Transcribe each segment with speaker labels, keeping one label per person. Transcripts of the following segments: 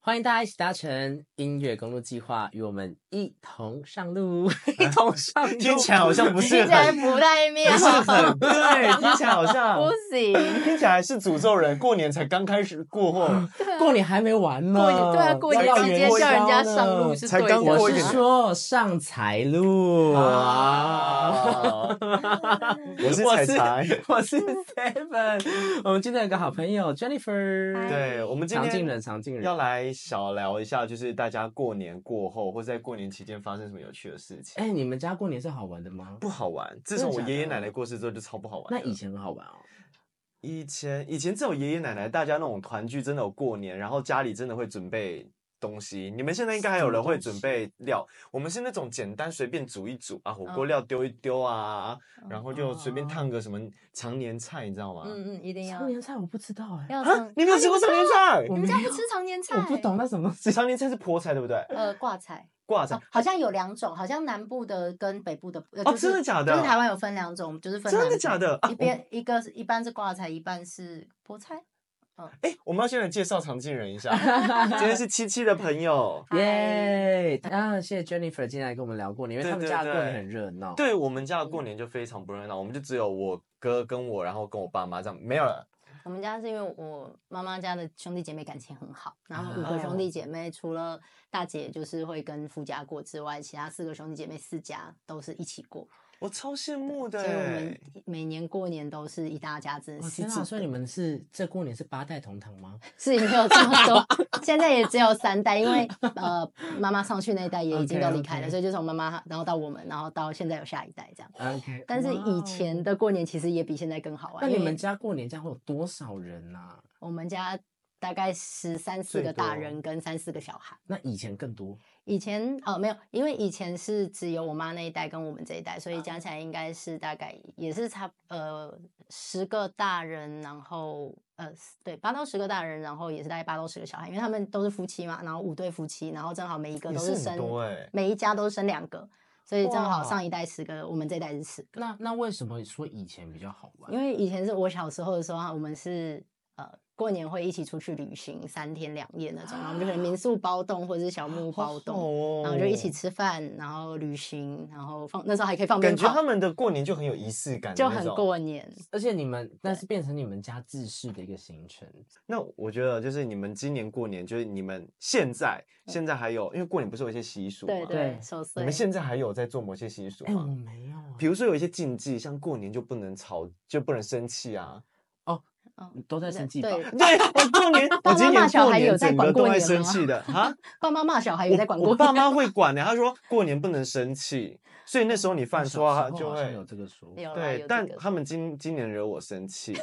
Speaker 1: 欢迎大家一起搭乘音乐公路计划，与我们一同上 路，一同上路。
Speaker 2: 听起来好像不是
Speaker 3: 听起来
Speaker 2: 很，
Speaker 3: 不太
Speaker 2: 不
Speaker 3: 妙，
Speaker 2: 是很对，听起来好像
Speaker 3: 不行。
Speaker 2: 听起来是诅咒人。过年才刚开始过后，
Speaker 1: 过年还没完呢。
Speaker 3: 过年对啊，过年
Speaker 2: 要
Speaker 3: 直接
Speaker 2: 元宵
Speaker 3: 叫人家
Speaker 2: 呢
Speaker 3: 上路是
Speaker 4: 才
Speaker 3: 对
Speaker 4: 刚
Speaker 3: 的
Speaker 4: 过
Speaker 1: 我
Speaker 4: 一
Speaker 1: 是
Speaker 4: 点
Speaker 1: 说上财路啊。
Speaker 2: 啊，我是
Speaker 1: 我
Speaker 2: 彩
Speaker 1: 是
Speaker 2: 彩。
Speaker 1: 我是 Seven，我们今天有个好朋友 Jennifer，
Speaker 2: 对，我们今
Speaker 1: 常进
Speaker 2: 天
Speaker 1: 人，常进人
Speaker 2: 要。来小聊一下，就是大家过年过后或在过年期间发生什么有趣的事情。
Speaker 1: 哎，你们家过年是好玩的吗？
Speaker 2: 不好玩，自
Speaker 1: 真的
Speaker 2: 从我
Speaker 1: 假
Speaker 2: 爷爷
Speaker 1: 的
Speaker 2: 奶奶过世之后就超不好玩
Speaker 1: 那
Speaker 2: 的。
Speaker 1: 以前很好玩哦。
Speaker 2: 以前以前只有爷爷奶奶，大家那种团聚真的有过年，然后家里真的会准备东西。你们现在应该还有人会准备料，我们是那种简单随便煮一煮啊，火锅
Speaker 3: 嗯
Speaker 2: 料丢一丢啊，然后就随便
Speaker 1: 哦
Speaker 2: 烫个什么常年菜，你知道吗？
Speaker 3: 嗯嗯，嗯一定要
Speaker 1: 常年菜我不知道哎，
Speaker 3: 要
Speaker 2: 啊
Speaker 3: 上，。
Speaker 2: 你没有吃过常年菜？
Speaker 1: 我
Speaker 3: 你
Speaker 1: 没
Speaker 3: 们家
Speaker 1: 有
Speaker 3: 不，吃常年菜？
Speaker 1: 我不懂。那什么东西。
Speaker 2: 常年菜是菠菜对不对？
Speaker 3: 呃，挂菜。
Speaker 2: 挂
Speaker 3: 哦
Speaker 2: 菜，
Speaker 3: 好像有两种，好像南部的跟北部的，呃
Speaker 2: 哦
Speaker 3: 就是
Speaker 2: 真的假的
Speaker 3: 就是台湾有分两种，就是分
Speaker 2: 真的
Speaker 3: 南部
Speaker 2: 假的啊
Speaker 3: 一边一个是一半是挂菜，一半是菠菜。
Speaker 2: 哎，我们要先来介绍常进人一 下，今天是七七的朋友。
Speaker 1: 耶！啊，谢谢 Jennifer 今天来跟我们聊过年，因为
Speaker 2: 对
Speaker 1: 他们
Speaker 2: 对
Speaker 1: 家的过
Speaker 2: 对
Speaker 1: 年很热闹。
Speaker 2: 对我们家
Speaker 3: 嗯
Speaker 2: 的过年就非常不热闹，我们就只有我哥跟我，然后跟我爸妈这样，没有了。
Speaker 3: 我们家是因为我妈妈家的兄弟姐妹感情很好，然后五
Speaker 1: 啊哎
Speaker 3: 个
Speaker 2: 哦
Speaker 3: 兄弟姐妹，除了大姐就是会跟夫家过之外，其他四个兄弟姐妹四家都是一起过，
Speaker 2: 我超羡慕的
Speaker 3: 所以我们
Speaker 2: 欸。
Speaker 3: 每年过年都是一大家子
Speaker 1: 我
Speaker 3: 四
Speaker 1: 天
Speaker 3: 起
Speaker 1: 啊！所以你们是这过年是八代同堂吗？
Speaker 3: 是没有这么 多，现在也只有三代，因为呃，妈妈上去那一代也已经都离开了
Speaker 1: OK，OK
Speaker 3: 所以就从妈妈，然后到我们，然后到现在有下一代这样。
Speaker 1: OK，
Speaker 3: 但是
Speaker 1: 哇哦
Speaker 3: 以前的过年其实也比现在更好玩。
Speaker 1: 那
Speaker 3: 因
Speaker 1: 你
Speaker 3: 为
Speaker 1: 们家过年这样会有多少人啊？
Speaker 3: 我们家大概十三四个
Speaker 2: 最多
Speaker 3: 大人跟三四个小孩。
Speaker 1: 那以前更多
Speaker 3: 以前呃没有，因为以前是只有我妈那一代跟我们这一代，所以
Speaker 2: 哦
Speaker 3: 加起来应该是大概也是差呃十个大人，然后呃对八到十个大人，然后也是大概八到十个小孩，因为他们都是夫妻嘛，然后五对夫妻，然后正好每一个
Speaker 2: 也
Speaker 3: 都
Speaker 2: 是很
Speaker 3: 生，
Speaker 2: 多欸
Speaker 3: 每一家都生两个，所以正好
Speaker 2: 哇
Speaker 3: 上一代十个，我们这一代是十个。
Speaker 1: 那那为什么说以前比较好玩？
Speaker 3: 因为以前是我小时候的时候啊，我们是呃过年会一起出去旅行三天两夜那种，然后我们就可能
Speaker 2: 啊
Speaker 3: 民宿包栋或者是小木屋包栋。
Speaker 2: 哦
Speaker 3: 然后就一起吃饭，然后旅行，然后放那时候还可以放鞭
Speaker 2: 感觉他
Speaker 3: 炮，
Speaker 2: 们的过年就很有仪式感，
Speaker 3: 就很。过年。
Speaker 1: 而且你们那是变成你们家自式的一个行程，
Speaker 2: 那我觉得就是你们今年过年，就是你们现在现在还有，因为过年不是有一些习俗
Speaker 3: 对
Speaker 2: 嘛，
Speaker 3: 对
Speaker 1: 对，
Speaker 3: 守
Speaker 2: 你
Speaker 3: 岁
Speaker 2: 们。现在还有在做某些习俗
Speaker 1: 哎、我
Speaker 2: 吗？
Speaker 1: 没有啊
Speaker 2: 比如说有一些禁忌，像过年就不能吵，就不能生气 啊。
Speaker 1: 你
Speaker 3: 嗯，
Speaker 1: 都在
Speaker 3: 对
Speaker 1: 生气吧？
Speaker 3: 对，
Speaker 2: 对，我过年，我
Speaker 3: 爸妈
Speaker 2: 今
Speaker 3: 骂
Speaker 2: 年
Speaker 3: 小
Speaker 2: 过
Speaker 3: 孩有
Speaker 2: 年
Speaker 3: 在
Speaker 2: 整
Speaker 3: 管
Speaker 2: 个都
Speaker 3: 过
Speaker 2: 在
Speaker 3: 年
Speaker 2: 生
Speaker 3: 吗
Speaker 2: 气 的啊。
Speaker 3: 爸妈骂小孩
Speaker 2: 我
Speaker 3: 有在管
Speaker 2: 我
Speaker 3: 过
Speaker 2: 爸
Speaker 3: 年，
Speaker 2: 妈会管的，他说过年不能生气，所以那 时候你犯
Speaker 1: 小
Speaker 2: 错啊
Speaker 1: 时候
Speaker 2: 就
Speaker 1: 好像
Speaker 2: 会
Speaker 1: 有这个说法，
Speaker 3: 有啦有
Speaker 2: 对
Speaker 3: 这，
Speaker 2: 但
Speaker 3: 个
Speaker 2: 他们今今年惹我生 气，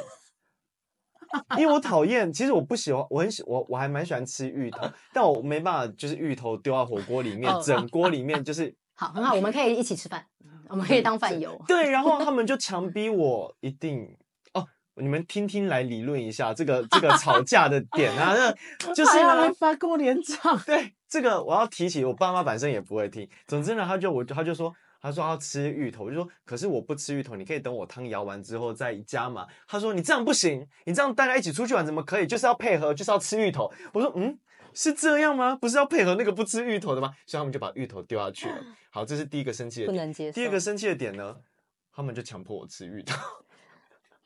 Speaker 2: 因为我讨厌，其实我不喜欢，我很喜我我还蛮喜欢吃芋 头，但我没办法，就是芋头丢到火锅里面，
Speaker 3: 哦
Speaker 2: 整锅里面 就是。
Speaker 3: 好，很好，我们可以一起吃饭，我们可以当饭友
Speaker 2: 嗯对，然后他们就强逼我一定。哦，你们听听来理论一下这个这个吵架的点啊， 那就是
Speaker 1: 还
Speaker 2: 呢
Speaker 1: 要，哎发过年账，
Speaker 2: 对，这个我要提起，我爸妈本身也不会听。总之呢，他就我他就说，他说他要吃芋头，我就说可是我不吃芋头，你可以等我汤舀完之后再加嘛。他说你这样不行，你这样大家一起出去玩怎么可以？就是要配合，就是要吃芋头。我说嗯，是这样吗？不是要配合那个不吃芋头的吗？所以他们就把芋头丢下去了。好，这是第一个生气的
Speaker 3: 啊不
Speaker 2: 点。
Speaker 3: 能接受。
Speaker 2: 第二个生气的点呢，他们就强迫我吃芋 头，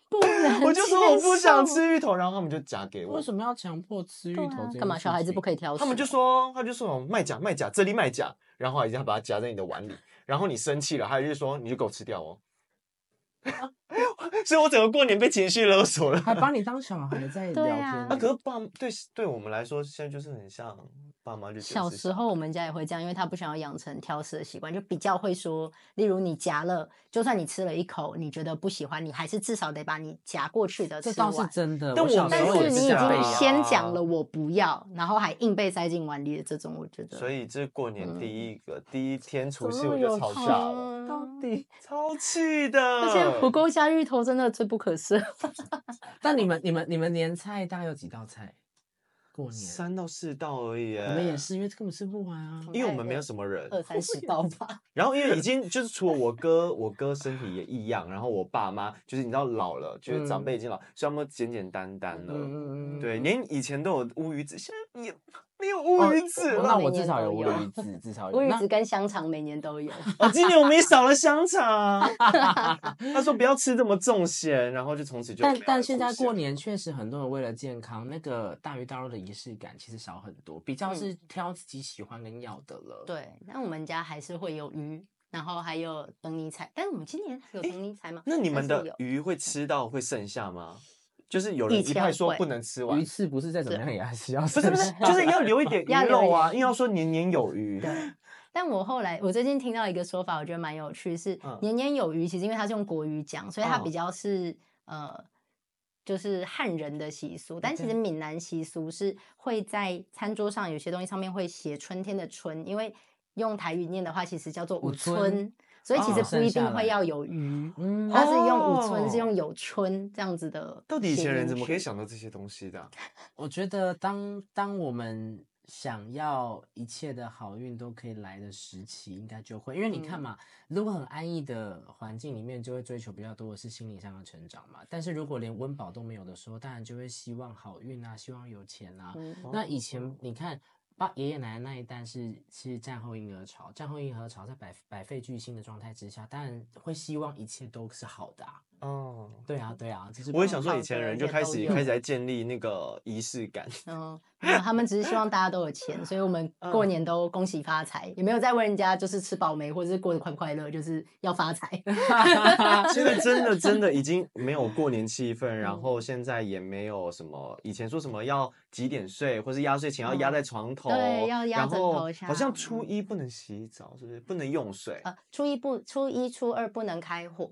Speaker 3: 不能，
Speaker 2: 我就说我不想。吃芋头，然后他们就夹给我
Speaker 1: 为。什么要强迫吃芋
Speaker 3: 对
Speaker 1: 头
Speaker 3: 啊
Speaker 1: 这件事情？
Speaker 3: 干嘛？小孩子不可以
Speaker 1: 哦
Speaker 3: 挑食。
Speaker 2: 他们就说，他就说什么卖假卖假，这里卖假，然后还要把它夹在你的碗里，然后你生气了，他就说你就给我吃掉哦。
Speaker 1: 啊
Speaker 2: 所以我整个过年被情绪勒索 了。
Speaker 1: 还把你当小孩在聊
Speaker 3: 对
Speaker 1: 天
Speaker 3: 啊
Speaker 1: 呢。
Speaker 2: 啊，可是爸对对我们来说，现在就是很像爸妈就觉得
Speaker 3: 小
Speaker 2: 是
Speaker 3: 时候我们家也会这样，因为他不想要养成挑食的习惯，就比较会说，例如你夹了，就算你吃了一口，你觉得不喜欢，你还是至少得把你夹过去的
Speaker 1: 这
Speaker 3: 吃
Speaker 1: 倒是
Speaker 3: 完。
Speaker 1: 真的。
Speaker 2: 但
Speaker 1: 我小
Speaker 2: 我
Speaker 1: 时
Speaker 3: 但
Speaker 1: 候
Speaker 2: 没有
Speaker 3: 是
Speaker 1: 也
Speaker 3: 你已
Speaker 1: 这样被
Speaker 3: 经
Speaker 2: 啊
Speaker 1: 养。
Speaker 3: 先讲了我不要，然后还硬被塞进碗里的这种，我觉得。
Speaker 2: 所以这过年
Speaker 3: 嗯
Speaker 2: 第一个、第一天除
Speaker 1: 怎
Speaker 2: 夕
Speaker 1: 么
Speaker 2: 我
Speaker 1: 有
Speaker 2: 就吵架了，
Speaker 3: 嗯
Speaker 1: 到底？
Speaker 2: 超气的。
Speaker 3: 而且火锅加芋头真的罪不可赦。
Speaker 1: 但你们、你们、你们年菜大概有几道菜？过年
Speaker 2: 三到四道而已，
Speaker 1: 我们也，是，因呃为根本吃不完啊。
Speaker 2: 因为我们没有什么人，
Speaker 3: 二三 十道吧，
Speaker 2: 然后因为已经就是除了我哥，我哥身体也异样，然后我爸妈就是你知道老了，就是
Speaker 3: 嗯
Speaker 2: 长辈已经老，所以他们简简单单了。
Speaker 1: 嗯嗯嗯，
Speaker 2: 对，连以前都有乌鱼子，现在也你有乌鱼子
Speaker 3: 哦我
Speaker 1: 那
Speaker 2: 了
Speaker 3: 每
Speaker 1: 我至
Speaker 3: 年
Speaker 1: 少
Speaker 3: 都
Speaker 1: 有乌
Speaker 3: 有
Speaker 1: 鱼子，至 少有。
Speaker 3: 乌鱼
Speaker 1: 那
Speaker 3: 子跟香肠每年都有，
Speaker 2: 哦，今年我们也少了 香肠。他说不要吃这么重咸，然后就从此就
Speaker 1: 但
Speaker 2: 没有
Speaker 1: 但
Speaker 2: 再
Speaker 1: 现
Speaker 2: 出
Speaker 1: 在
Speaker 2: 现
Speaker 1: 过年确实很多人为了健康，那个大鱼大肉的仪式感其实少很多，比较
Speaker 3: 嗯
Speaker 1: 是挑自己喜欢跟要的了。，
Speaker 3: 对，那我们家还是会有鱼，然后还有等你采，但是我们今年有等你采吗？
Speaker 2: 那你
Speaker 3: 还
Speaker 2: 们
Speaker 3: 是
Speaker 2: 的
Speaker 3: 有
Speaker 2: 鱼会吃到会剩下吗？就是有人
Speaker 3: 以
Speaker 2: 一
Speaker 3: 前
Speaker 2: 派说
Speaker 3: 会
Speaker 2: 不能吃完
Speaker 1: 鱼，翅不是再怎么样也还是要
Speaker 2: 不
Speaker 1: 吃
Speaker 2: 是不是，就是要留一点
Speaker 3: 要
Speaker 2: 鱼
Speaker 3: 留一
Speaker 2: 肉啊，
Speaker 3: 点
Speaker 2: 因为要说年年有余。
Speaker 3: 对， 但我后来我最近听到一个说法，我觉得蛮有趣，是
Speaker 2: 嗯
Speaker 3: 年年有余。其实因为它是用国语讲，所以它
Speaker 2: 哦
Speaker 3: 比较是、呃，就是汉人的习俗。但其
Speaker 2: OK
Speaker 3: 实闽南习俗是会在餐桌上有些东西上面会写春天的春，因为用台语念的话，其实叫做
Speaker 1: 五
Speaker 3: 五
Speaker 1: 春
Speaker 3: 春，所以其
Speaker 2: 哦
Speaker 3: 实
Speaker 1: 剩
Speaker 3: 不一
Speaker 1: 下
Speaker 3: 定
Speaker 1: 来
Speaker 3: 会要有余。
Speaker 1: 嗯
Speaker 3: 它是用五春，
Speaker 2: 哦
Speaker 3: 是用有春这样子的。
Speaker 2: 到底以前人怎么可以？想到这些东西的啊？
Speaker 1: 我觉得当当我们想要一切的好运都可以来的时期，应该就会，因为你看
Speaker 3: 嗯
Speaker 1: 嘛，如果很安逸的环境里面，就会追求比较多的是心理上的成长嘛。但是如果连温饱都没有的时候，当然就会希望好运啊，希望有钱啊。
Speaker 3: 嗯
Speaker 1: 那以前你看。爸爷爷奶奶那一代是是战后婴儿潮，战后婴儿潮在百百废俱兴的状态之下，当然会希望一切都是好的、啊。
Speaker 2: 哦，
Speaker 1: 对啊，对啊，就是
Speaker 2: 我也想
Speaker 1: 说。
Speaker 2: 说，
Speaker 3: 好
Speaker 2: 以前
Speaker 3: 的
Speaker 2: 人就
Speaker 3: 也
Speaker 2: 开
Speaker 3: 都
Speaker 2: 始
Speaker 3: 有
Speaker 2: 开始在建立那个仪式 感。
Speaker 3: 嗯，没有他们只是希望大家都有钱，所以我们过
Speaker 2: 嗯
Speaker 3: 年都恭喜发财，也没有再问人家就是吃饱没或者是过得快不快乐，就是要发财。
Speaker 2: 现在真的真的已经没有过年气氛，然
Speaker 3: 嗯
Speaker 2: 后现在也没有什么以前说什么要几点睡，或是压岁钱要压在
Speaker 3: 嗯
Speaker 2: 床头，
Speaker 3: 对要压
Speaker 2: 然
Speaker 3: 枕
Speaker 2: 后
Speaker 3: 头
Speaker 2: 好像
Speaker 3: 上
Speaker 2: 初
Speaker 3: 嗯
Speaker 2: 一不能洗澡，是不是不能用水
Speaker 3: 呃， 初一不，初一初二不能开火，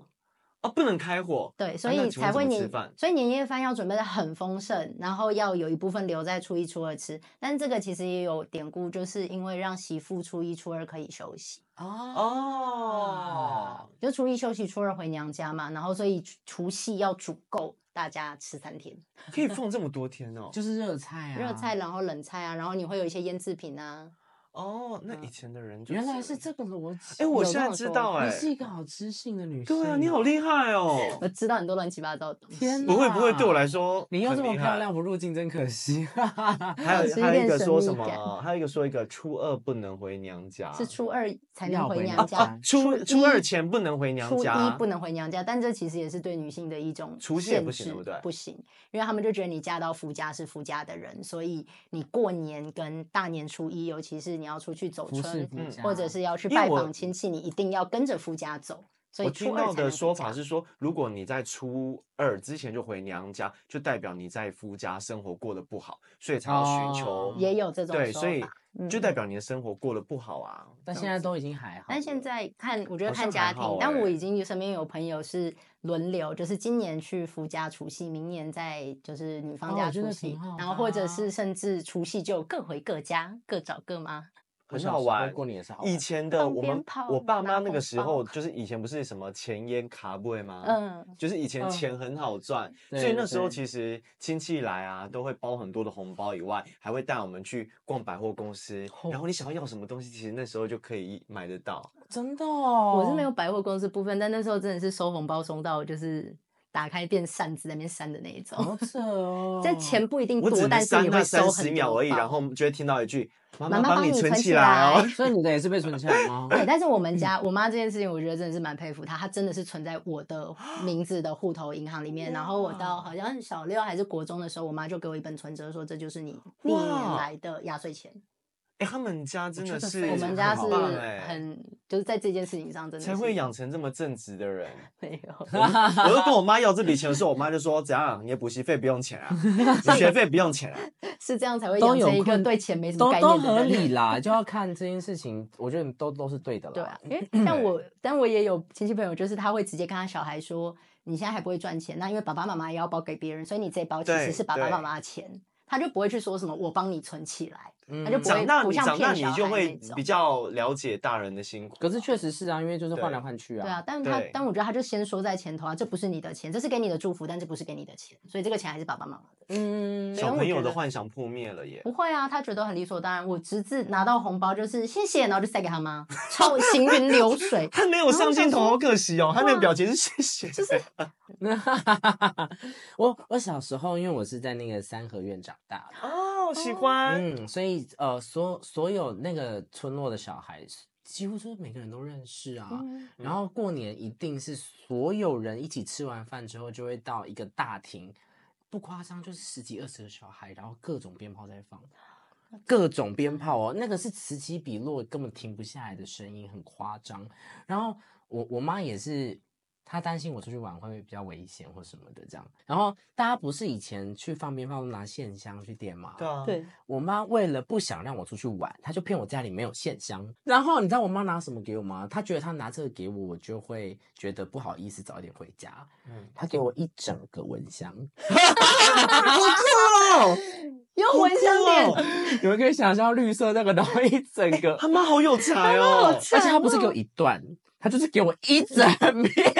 Speaker 2: 啊？不能开火，
Speaker 3: 对，所
Speaker 2: 啊那
Speaker 3: 以
Speaker 2: 请
Speaker 3: 才
Speaker 2: 问怎
Speaker 3: 会
Speaker 2: 么吃
Speaker 3: 年
Speaker 2: 饭，
Speaker 3: 所以年夜饭要准备的很丰盛，然后要有一部分留在初一初二吃。但这个其实也有典故，就是因为让媳妇初一初二可以休息。
Speaker 1: 哦，
Speaker 2: 哦，
Speaker 3: 就初一休息，初二回娘家嘛，然后所以除除夕要煮够大家吃三天，
Speaker 2: 可以放这么多天哦。
Speaker 1: 就是热菜啊，
Speaker 3: 热菜，然后冷菜啊，然后你会有一些腌制品啊，
Speaker 2: 哦，那以
Speaker 3: 嗯
Speaker 2: 前的人就
Speaker 1: 原来是这个逻辑。
Speaker 2: 哎，我
Speaker 3: 有
Speaker 2: 现
Speaker 3: 这
Speaker 2: 在
Speaker 3: 种
Speaker 2: 知
Speaker 3: 说
Speaker 2: 道
Speaker 3: 法
Speaker 2: 哎
Speaker 1: 你，是一个好知性的女生。
Speaker 2: 对啊，你好厉害哦。
Speaker 3: 我知道很多乱七八糟的东西。
Speaker 1: 天
Speaker 2: 不会不会，对我
Speaker 1: 哪
Speaker 2: 来说
Speaker 1: 你又
Speaker 2: 很
Speaker 1: 这么
Speaker 2: 厉
Speaker 1: 漂
Speaker 2: 害
Speaker 1: 亮，不入境真可 惜。
Speaker 2: 还有
Speaker 3: 是
Speaker 2: 还有一
Speaker 3: 哦练
Speaker 2: 个
Speaker 3: 神
Speaker 2: 说
Speaker 3: 秘
Speaker 2: 什么
Speaker 3: 感
Speaker 2: 啊？还有一个说一个初二不能回娘家，
Speaker 3: 是初二才
Speaker 1: 要
Speaker 3: 能
Speaker 1: 回
Speaker 3: 回
Speaker 1: 娘
Speaker 3: 娘
Speaker 1: 家
Speaker 3: 家
Speaker 1: 啊，
Speaker 2: 初初二
Speaker 3: 一
Speaker 2: 前不能回娘
Speaker 3: 初一
Speaker 2: 家
Speaker 3: 不能回娘家，但这其实也是对女性的一种
Speaker 2: 除夕也
Speaker 3: 限
Speaker 2: 不行
Speaker 3: 制，
Speaker 2: 对不对
Speaker 3: 行因为他们就觉得你嫁到夫家是夫家的人，所以你过年跟大年初一，尤其是你要出去走
Speaker 1: 服侍
Speaker 3: 春，
Speaker 2: 嗯
Speaker 1: 夫家，
Speaker 3: 或者是要去
Speaker 2: 因为
Speaker 3: 拜
Speaker 2: 我
Speaker 3: 访亲戚，你一定要跟着夫家走。所以
Speaker 2: 我
Speaker 3: 初
Speaker 2: 听
Speaker 3: 二
Speaker 2: 到
Speaker 3: 才能
Speaker 2: 的
Speaker 3: 回
Speaker 2: 说
Speaker 3: 家
Speaker 2: 法是说，如果你在初二之前就回娘家，就代表你在夫家生活过得不好，所以才要寻求
Speaker 1: 哦。
Speaker 3: 也有这种
Speaker 2: 对，
Speaker 3: 说
Speaker 2: 所以
Speaker 3: 法嗯
Speaker 2: 就代表你的生活过得不好啊。
Speaker 1: 但
Speaker 2: 这
Speaker 1: 现
Speaker 2: 样
Speaker 1: 在
Speaker 2: 子
Speaker 1: 都已经还好。
Speaker 3: 但现在看，我觉得
Speaker 2: 好
Speaker 3: 看
Speaker 2: 像
Speaker 3: 家
Speaker 2: 还
Speaker 3: 庭，
Speaker 2: 好
Speaker 3: 但我
Speaker 2: 欸
Speaker 3: 已经有身边有朋友是轮流，就是今年去夫家除夕，明年在就是女
Speaker 1: 哦
Speaker 3: 方
Speaker 1: 我
Speaker 3: 家
Speaker 1: 觉得
Speaker 3: 除
Speaker 1: 挺
Speaker 3: 夕，
Speaker 1: 好
Speaker 3: 然后或
Speaker 1: 的
Speaker 3: 者
Speaker 1: 啊
Speaker 3: 是甚至除夕就各回各家，各找各妈。
Speaker 1: 我
Speaker 2: 很
Speaker 1: 小
Speaker 2: 好
Speaker 1: 时候
Speaker 2: 玩
Speaker 1: 过年也是好玩。
Speaker 2: 以前的
Speaker 3: 啊放
Speaker 2: 我
Speaker 3: 鞭
Speaker 2: 们，
Speaker 3: 炮
Speaker 2: 我爸妈
Speaker 3: 拿
Speaker 2: 那个
Speaker 3: 红
Speaker 2: 时候
Speaker 3: 包
Speaker 2: 就是以前不是什么前烟卡布吗？，
Speaker 3: 嗯，
Speaker 2: 就是以前
Speaker 1: 嗯
Speaker 2: 钱很好赚，
Speaker 1: 对
Speaker 2: 所以那时候
Speaker 1: 对
Speaker 2: 其实亲戚来啊，都会包很多的红包以外，还会带我们去逛百货公司。
Speaker 1: 哦
Speaker 2: 然后你想要要什么东西，其实那时候就可以买得到。
Speaker 1: 真的哦，
Speaker 3: 我是没有。百货公司部分，但那时候真的是收红包收到就是打开变扇子在那边扇的那一种
Speaker 1: 好。扯 哦！
Speaker 3: 这钱不一定
Speaker 2: 我
Speaker 3: 多
Speaker 2: 只，
Speaker 3: 但
Speaker 2: 能
Speaker 3: 是
Speaker 2: 删
Speaker 3: 你
Speaker 2: 那
Speaker 3: 会收
Speaker 2: 三
Speaker 3: 很
Speaker 2: 十
Speaker 3: 多
Speaker 2: 秒而已，
Speaker 3: 包
Speaker 2: 然后就会听到一句：“妈
Speaker 3: 妈
Speaker 2: 妈
Speaker 3: 妈
Speaker 2: 帮
Speaker 3: 帮
Speaker 2: 你
Speaker 3: 你
Speaker 2: 存
Speaker 3: 存
Speaker 2: 起
Speaker 3: 起
Speaker 2: 来哦。
Speaker 1: 所以你的也是被存起来 吗？
Speaker 3: 对，但是我
Speaker 1: 嗯
Speaker 3: 们家我妈这件事情，我觉得真的是蛮佩服她，她真的是存在我的名字的户头银行里面。然后我到
Speaker 2: 哇
Speaker 3: 好像小六还是国中的时候，我妈就给我一本存折，说这就是你历年
Speaker 2: 哇
Speaker 3: 来的压岁钱。”
Speaker 2: 哎，他们家真
Speaker 1: 觉
Speaker 2: 的
Speaker 1: 得
Speaker 2: 是
Speaker 1: 非
Speaker 3: 我
Speaker 1: 常
Speaker 3: 们家是
Speaker 1: 好欸
Speaker 2: 棒哎，
Speaker 3: 很就是在这件事情上真的
Speaker 2: 才
Speaker 3: 是
Speaker 2: 会养成这么正直的 人。
Speaker 3: 没有。
Speaker 2: 我就跟我妈要这笔钱的时候，我妈就说：“怎样？你的补习费不用 钱啊，你学费不用钱啊。”
Speaker 3: 是这样才会
Speaker 1: 都
Speaker 3: 养
Speaker 1: 有
Speaker 3: 成一个
Speaker 1: 困
Speaker 3: 对钱没什么
Speaker 1: 都
Speaker 3: 概
Speaker 1: 都
Speaker 3: 念的
Speaker 1: 合
Speaker 3: 人。
Speaker 1: 理 啦，就要看这件事情，我觉得都都是对的啦。
Speaker 3: 对啊，因为像我，但我也有亲戚朋友，就是他会直接跟他小孩说：“你现在还不会赚钱，那因为爸爸妈妈也要包给别人，所以你这一包其
Speaker 2: 对
Speaker 3: 实是爸爸
Speaker 2: 对
Speaker 3: 妈妈的钱。”他就不会去说什么“我帮你存起来”，
Speaker 1: 嗯，
Speaker 3: 他就不
Speaker 2: 长
Speaker 3: 会
Speaker 2: 大
Speaker 3: 不
Speaker 2: 你
Speaker 3: 像
Speaker 2: 长大
Speaker 3: 骗
Speaker 2: 你
Speaker 3: 小
Speaker 2: 就
Speaker 3: 孩
Speaker 2: 会
Speaker 3: 那种
Speaker 2: 比较了解大人的辛苦。
Speaker 1: 可是确实是啊，因为就是换
Speaker 2: 对
Speaker 1: 来换去啊。
Speaker 3: 对啊，但他
Speaker 2: 对
Speaker 3: 但我觉得他就先说在前头啊，这不是你的钱，这是给你的祝福，但这不是给你的钱，所以这个钱还是爸爸妈妈的。
Speaker 1: 嗯，
Speaker 3: 所以
Speaker 2: 小
Speaker 3: 我
Speaker 2: 朋友
Speaker 3: 觉
Speaker 2: 的
Speaker 3: 得
Speaker 2: 幻想破灭了耶！。
Speaker 3: 不会啊，他觉得很理所当然。我侄子拿到红包就是谢谢，然后就塞给他妈，超行云流水
Speaker 2: 他没有上镜头，好可惜哦。他那个
Speaker 3: 哇
Speaker 2: 表情是谢谢，
Speaker 3: 就是
Speaker 1: 我我小时候，因为我是在那个三合院长大的，
Speaker 2: 哦， 喜欢。
Speaker 1: 嗯，所以呃，所所有那个村落的小孩，几乎就是每个人都认识啊。
Speaker 3: 嗯
Speaker 1: 然后过年一定是所有人一起吃完饭之后，就会到一个大厅，不夸张，就是十几二十个小孩，然后各种鞭炮在放，各种鞭炮哦，那个是此起彼落，根本停不下来的声音，很夸张。然后我我妈也是。她担心我出去玩会比较危险或什么的这样，然后大家不是以前去放鞭炮都拿线香去点嘛？
Speaker 2: 对啊，，
Speaker 3: 对，
Speaker 1: 我妈为了不想让我出去玩，她就骗我家里没有线香。然后你知道我妈拿什么给我吗？她觉得她拿这个给我，我就会觉得不好意思早一点回家。
Speaker 2: 嗯，
Speaker 1: 她给我一整个蚊香，
Speaker 3: 用蚊香
Speaker 2: 好酷
Speaker 3: 点，
Speaker 2: 哦
Speaker 1: 你们可以想象绿色那个，然后一整
Speaker 3: 哎
Speaker 1: 个，
Speaker 2: 他妈好有才
Speaker 3: 好
Speaker 2: 哦，
Speaker 1: 而
Speaker 3: 赞
Speaker 1: 且她不是给我
Speaker 3: 哦
Speaker 1: 一段，她就是给我一整片，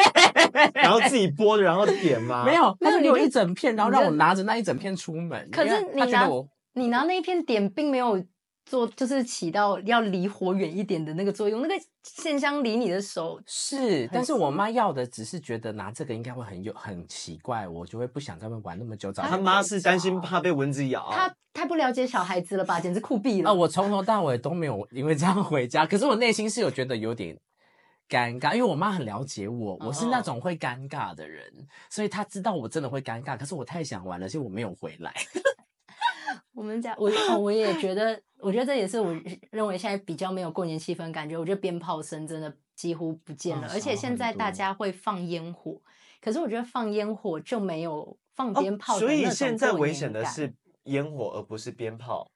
Speaker 2: 然后自己剥，然后点吗？
Speaker 1: 没，有，
Speaker 3: 没
Speaker 1: 她就
Speaker 3: 有啊你
Speaker 1: 给我
Speaker 3: 就
Speaker 1: 一整片，然后
Speaker 3: 你
Speaker 1: 让
Speaker 3: 就
Speaker 1: 我拿着那一整片出门。
Speaker 3: 可
Speaker 1: 因为
Speaker 3: 是你
Speaker 1: 她觉
Speaker 3: 拿
Speaker 1: 得我
Speaker 3: 你拿那一片点并没有做，就是起到要离火远一点的那个作用。那个线香离你的手，
Speaker 1: 是，但
Speaker 3: 很
Speaker 1: 是我妈要的只是觉得拿这个应该会很有很奇怪，我就会不想在外面玩那么久。早
Speaker 2: 他
Speaker 1: 上
Speaker 2: 妈是担心怕被蚊子咬。
Speaker 3: 他太不了解小孩子了吧，简直酷毙
Speaker 1: 啊、
Speaker 3: 了。
Speaker 1: 我从头到尾都没有因为这样回家，可是我内心是有觉得有点尴尬，因为我妈很了解我，我是那
Speaker 2: 哦
Speaker 1: 种会尴尬的人，所以她知道我真的会尴尬，可是我太想玩了，所以我没有回来。
Speaker 3: 我们家 我哦我也觉得，我觉得这也是我认为现在比较没有过年气氛感觉。我觉得鞭炮声真的几乎不见
Speaker 1: 嗯
Speaker 3: 哦了，而且
Speaker 1: 少
Speaker 3: 现
Speaker 1: 很
Speaker 3: 在大
Speaker 1: 多
Speaker 3: 家会放烟火，可是我觉得放烟火就没有放
Speaker 2: 哦
Speaker 3: 鞭炮的
Speaker 2: 所
Speaker 3: 那
Speaker 2: 以
Speaker 3: 种
Speaker 2: 现在
Speaker 3: 过
Speaker 2: 危
Speaker 3: 年
Speaker 2: 险的
Speaker 3: 感
Speaker 2: 是烟火，而不是鞭炮。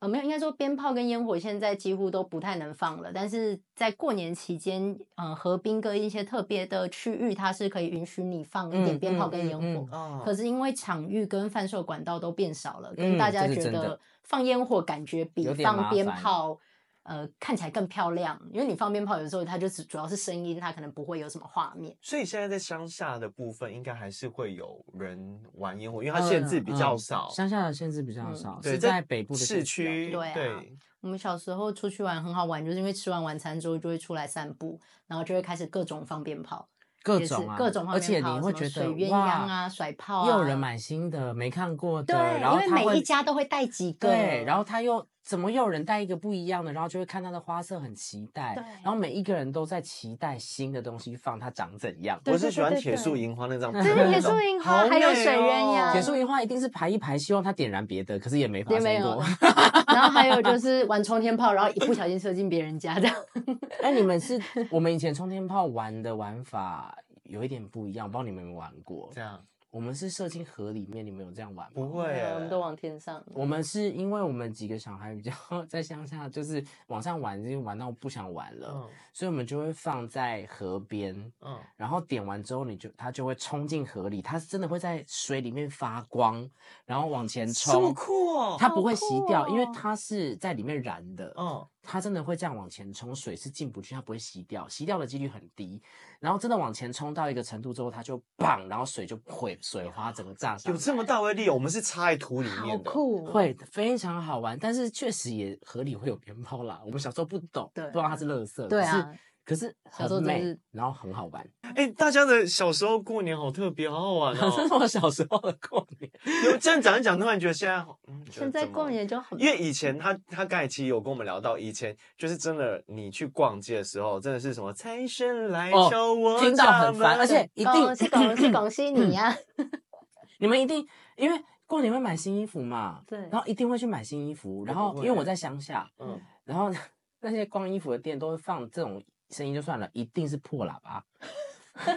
Speaker 3: 呃，没有，应该说鞭炮跟烟火现在几乎都不太能放了。但是在过年期间，呃，河滨跟一些特别的区域，它是可以允许你放一点
Speaker 1: 嗯
Speaker 3: 鞭炮
Speaker 1: 嗯
Speaker 3: 跟
Speaker 1: 嗯
Speaker 3: 烟火。
Speaker 1: 嗯
Speaker 2: 哦
Speaker 3: 可是因为场域跟贩售管道都变少了，跟大
Speaker 1: 嗯
Speaker 3: 家
Speaker 1: 这是
Speaker 3: 觉
Speaker 1: 真的
Speaker 3: 得放烟火感觉比
Speaker 1: 有点
Speaker 3: 放
Speaker 1: 麻
Speaker 3: 鞭
Speaker 1: 烦
Speaker 3: 炮，呃，看起来更漂亮。因为你放鞭炮有时候它就只主要是声音，它可能不会有什么画面。
Speaker 2: 所以现在在乡下的部分，应该还是会有人玩烟火，因为它限制比较
Speaker 1: 嗯
Speaker 2: 少。
Speaker 1: 乡下的限制比较
Speaker 3: 嗯
Speaker 1: 少，
Speaker 2: 对
Speaker 1: 是
Speaker 2: 在
Speaker 1: 在北部的
Speaker 2: 市
Speaker 1: 县比较
Speaker 2: 区
Speaker 1: 多
Speaker 3: 对啊我们小时候出去玩很好玩，就是因为吃完晚餐之后就会出来散步，然后就会开始各种放鞭炮。
Speaker 1: 各
Speaker 3: 也是
Speaker 1: 种啊，
Speaker 3: 各种放
Speaker 1: 而
Speaker 3: 鞭
Speaker 1: 且
Speaker 3: 炮
Speaker 1: 你会
Speaker 3: 什么
Speaker 1: 觉
Speaker 3: 水
Speaker 1: 得
Speaker 3: 鸳鸯
Speaker 1: 哇
Speaker 3: 啊甩炮
Speaker 1: 又有
Speaker 3: 啊
Speaker 1: 人买新的没看过的，
Speaker 3: 对，
Speaker 1: 然后
Speaker 3: 因
Speaker 1: 他
Speaker 3: 为每
Speaker 1: 会
Speaker 3: 一家都会带几个，
Speaker 1: 对，然后他又怎么又有人带一个不一样的，然后就会看他的花色很期待
Speaker 3: 对，
Speaker 1: 然后每一个人都在期待新的东西放它长怎样。
Speaker 3: 对
Speaker 2: 我
Speaker 3: 对
Speaker 2: 是喜
Speaker 3: 对
Speaker 2: 欢
Speaker 3: 对
Speaker 2: 铁树
Speaker 3: 对
Speaker 2: 银花那张
Speaker 1: 对
Speaker 2: 拍
Speaker 1: 对
Speaker 2: 的
Speaker 1: 铁
Speaker 2: 那种
Speaker 3: 树银花
Speaker 2: 好
Speaker 3: 还有
Speaker 2: 美
Speaker 3: 水鸳
Speaker 2: 哦
Speaker 3: 鸯
Speaker 1: 铁树银花一定是排一排，希望它点燃别的，可是也没发
Speaker 3: 嗯也
Speaker 1: 生
Speaker 3: 没有
Speaker 1: 过
Speaker 3: 了。。然后还有就是玩冲天炮，然后一不小心射进别人家这样。
Speaker 1: 哎，你们 是我们以前冲天炮玩的玩法有一点不一样，我不知道你们有没有玩过
Speaker 2: 这。样
Speaker 1: 我们是射进河里面，你们有这样玩吗
Speaker 2: 不？会耶
Speaker 3: 嗯我们都往天上。
Speaker 1: 我们是因为我们几个小孩比较 在乡下，就是往上玩，就玩到不想玩了，
Speaker 2: 嗯
Speaker 1: 所以我们就会放在河边，
Speaker 2: 嗯，
Speaker 1: 然后点完之后，你就它就会冲进河里，它是真的会在水里面发光，然后往前
Speaker 2: 这么
Speaker 1: 冲，
Speaker 2: 酷哦。
Speaker 1: 它
Speaker 3: 好
Speaker 1: 不会熄
Speaker 3: 酷
Speaker 1: 掉，因为
Speaker 3: 哦
Speaker 1: 它是在里面燃的，
Speaker 2: 嗯，
Speaker 1: 它真的会这样往前冲，水是进不去，它不会熄掉，熄掉的几率很低。然后真的往前冲到一个程度之后，它就砰，然后水就毁，水花整个炸上
Speaker 2: 有
Speaker 1: 来，
Speaker 2: 这么大威力哦，我们是插在土里
Speaker 3: 好
Speaker 2: 面的。
Speaker 3: 酷、哦！
Speaker 1: 会非常好玩，但是确实也合理会有鞭炮啦。我们小时候不懂，
Speaker 3: 对
Speaker 1: 不知道它是垃圾，
Speaker 3: 对
Speaker 1: 可是
Speaker 3: 啊
Speaker 1: 可是
Speaker 3: 小时候
Speaker 1: 很
Speaker 3: 真的
Speaker 1: 美
Speaker 3: 是，
Speaker 1: 然后很好玩。
Speaker 2: 哎，大家的小时候过年好特别，好好玩
Speaker 1: 这是
Speaker 2: 哦。
Speaker 1: 我小时候的过年。
Speaker 2: 有这样讲一讲，突然觉得现在好嗯觉得
Speaker 3: 现在
Speaker 2: 怎么
Speaker 3: 过年就很
Speaker 2: 因为以前他他刚才其实有跟我们聊到，以前就是真的，你去逛街的时候，真的是什么财神来
Speaker 1: 哦
Speaker 2: 敲我
Speaker 1: 听到
Speaker 2: 家
Speaker 1: 很烦
Speaker 2: 门
Speaker 1: 而且一定嗯
Speaker 3: 恭喜恭喜恭喜你呀、
Speaker 1: 你们一定因为过年会买新衣服嘛，
Speaker 3: 对
Speaker 1: 然后一定会去买新衣服。然
Speaker 2: 不
Speaker 1: 后
Speaker 2: 会
Speaker 1: 因为我在乡下，
Speaker 2: 嗯，
Speaker 1: 然后 那些逛衣服的店都会放这种声音就算了，一定是破喇叭，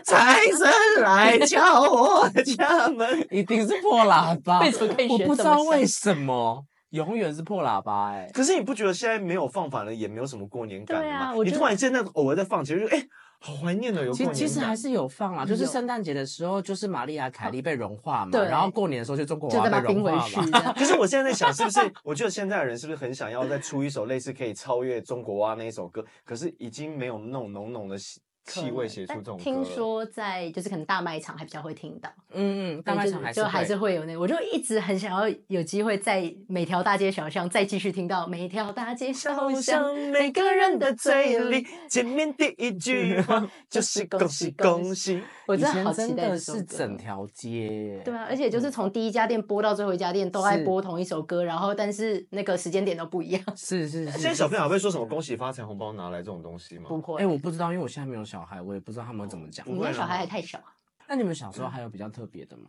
Speaker 2: 财神来敲我家门。
Speaker 1: 一定是破喇叭。
Speaker 3: 为什么可以
Speaker 1: 我
Speaker 3: 学
Speaker 1: 不
Speaker 3: 这
Speaker 1: 知
Speaker 3: 么
Speaker 1: 道为
Speaker 3: 像
Speaker 1: 什么，永远是破喇叭哎、
Speaker 2: 可是你不觉得现在没有放反了，也没有什么过年感了
Speaker 3: 对啊
Speaker 2: 吗？
Speaker 3: 我
Speaker 2: 你
Speaker 3: 觉
Speaker 2: 突
Speaker 3: 得
Speaker 2: 然间那个偶尔在放，其实就哎、好怀念的有过
Speaker 1: 其
Speaker 2: 年
Speaker 1: 实其
Speaker 2: 感。
Speaker 1: 实还是有放啦，就是
Speaker 3: 有哦
Speaker 1: 圣诞节的时候，就是玛利亚凯莉被融化嘛，
Speaker 3: 对
Speaker 1: 然后过年的时候就中国
Speaker 3: 就
Speaker 1: 娃
Speaker 3: 再
Speaker 1: 娃
Speaker 3: 把
Speaker 1: 被
Speaker 3: 冰
Speaker 1: 融
Speaker 3: 回
Speaker 1: 化
Speaker 3: 去
Speaker 1: 嘛。
Speaker 3: 这样。
Speaker 2: 可是我现在在想，是不是？我觉得现在的人是不是很想啊要再出一首类似可以超越中国蛙那一首歌？可是已经没有那种浓浓的
Speaker 3: 可
Speaker 2: 气味
Speaker 3: 能
Speaker 2: 写出
Speaker 3: 但
Speaker 2: 这种
Speaker 3: 听
Speaker 2: 歌
Speaker 3: 说在就是可能大卖场还比较会听到，
Speaker 1: 嗯嗯，大
Speaker 3: 对
Speaker 1: 卖
Speaker 3: 就
Speaker 1: 场还是
Speaker 3: 就还
Speaker 1: 会
Speaker 3: 是会有那个，我就一直很想要有机会在每条大街小巷再继续听到每条大街小巷。
Speaker 2: 每
Speaker 3: 个人的嘴里，
Speaker 2: 见面第一句话
Speaker 3: 就是恭喜恭
Speaker 2: 喜。
Speaker 3: 我
Speaker 1: 以
Speaker 3: 真的好
Speaker 1: 前
Speaker 3: 期
Speaker 1: 真的
Speaker 3: 待这首
Speaker 1: 是
Speaker 3: 歌。
Speaker 1: 整条街，
Speaker 3: 对啊，而且就是从第一家店播到最后一家店，都爱
Speaker 1: 是
Speaker 3: 播同一首歌，然后但是那个时间点都不一样。
Speaker 1: 是是是。
Speaker 2: 现在小朋友还会说什么“恭
Speaker 1: 喜？
Speaker 2: 喜发财，红包拿来”这种东西吗？
Speaker 3: 不会，
Speaker 1: 哎，我不知道，因为我现在没有小孩，我也不知道他们会怎么讲
Speaker 2: 不。
Speaker 3: 你
Speaker 2: 会
Speaker 3: 们
Speaker 2: 啦
Speaker 3: 小孩还太小啊，
Speaker 1: 那你们小时候还有比较特别的吗？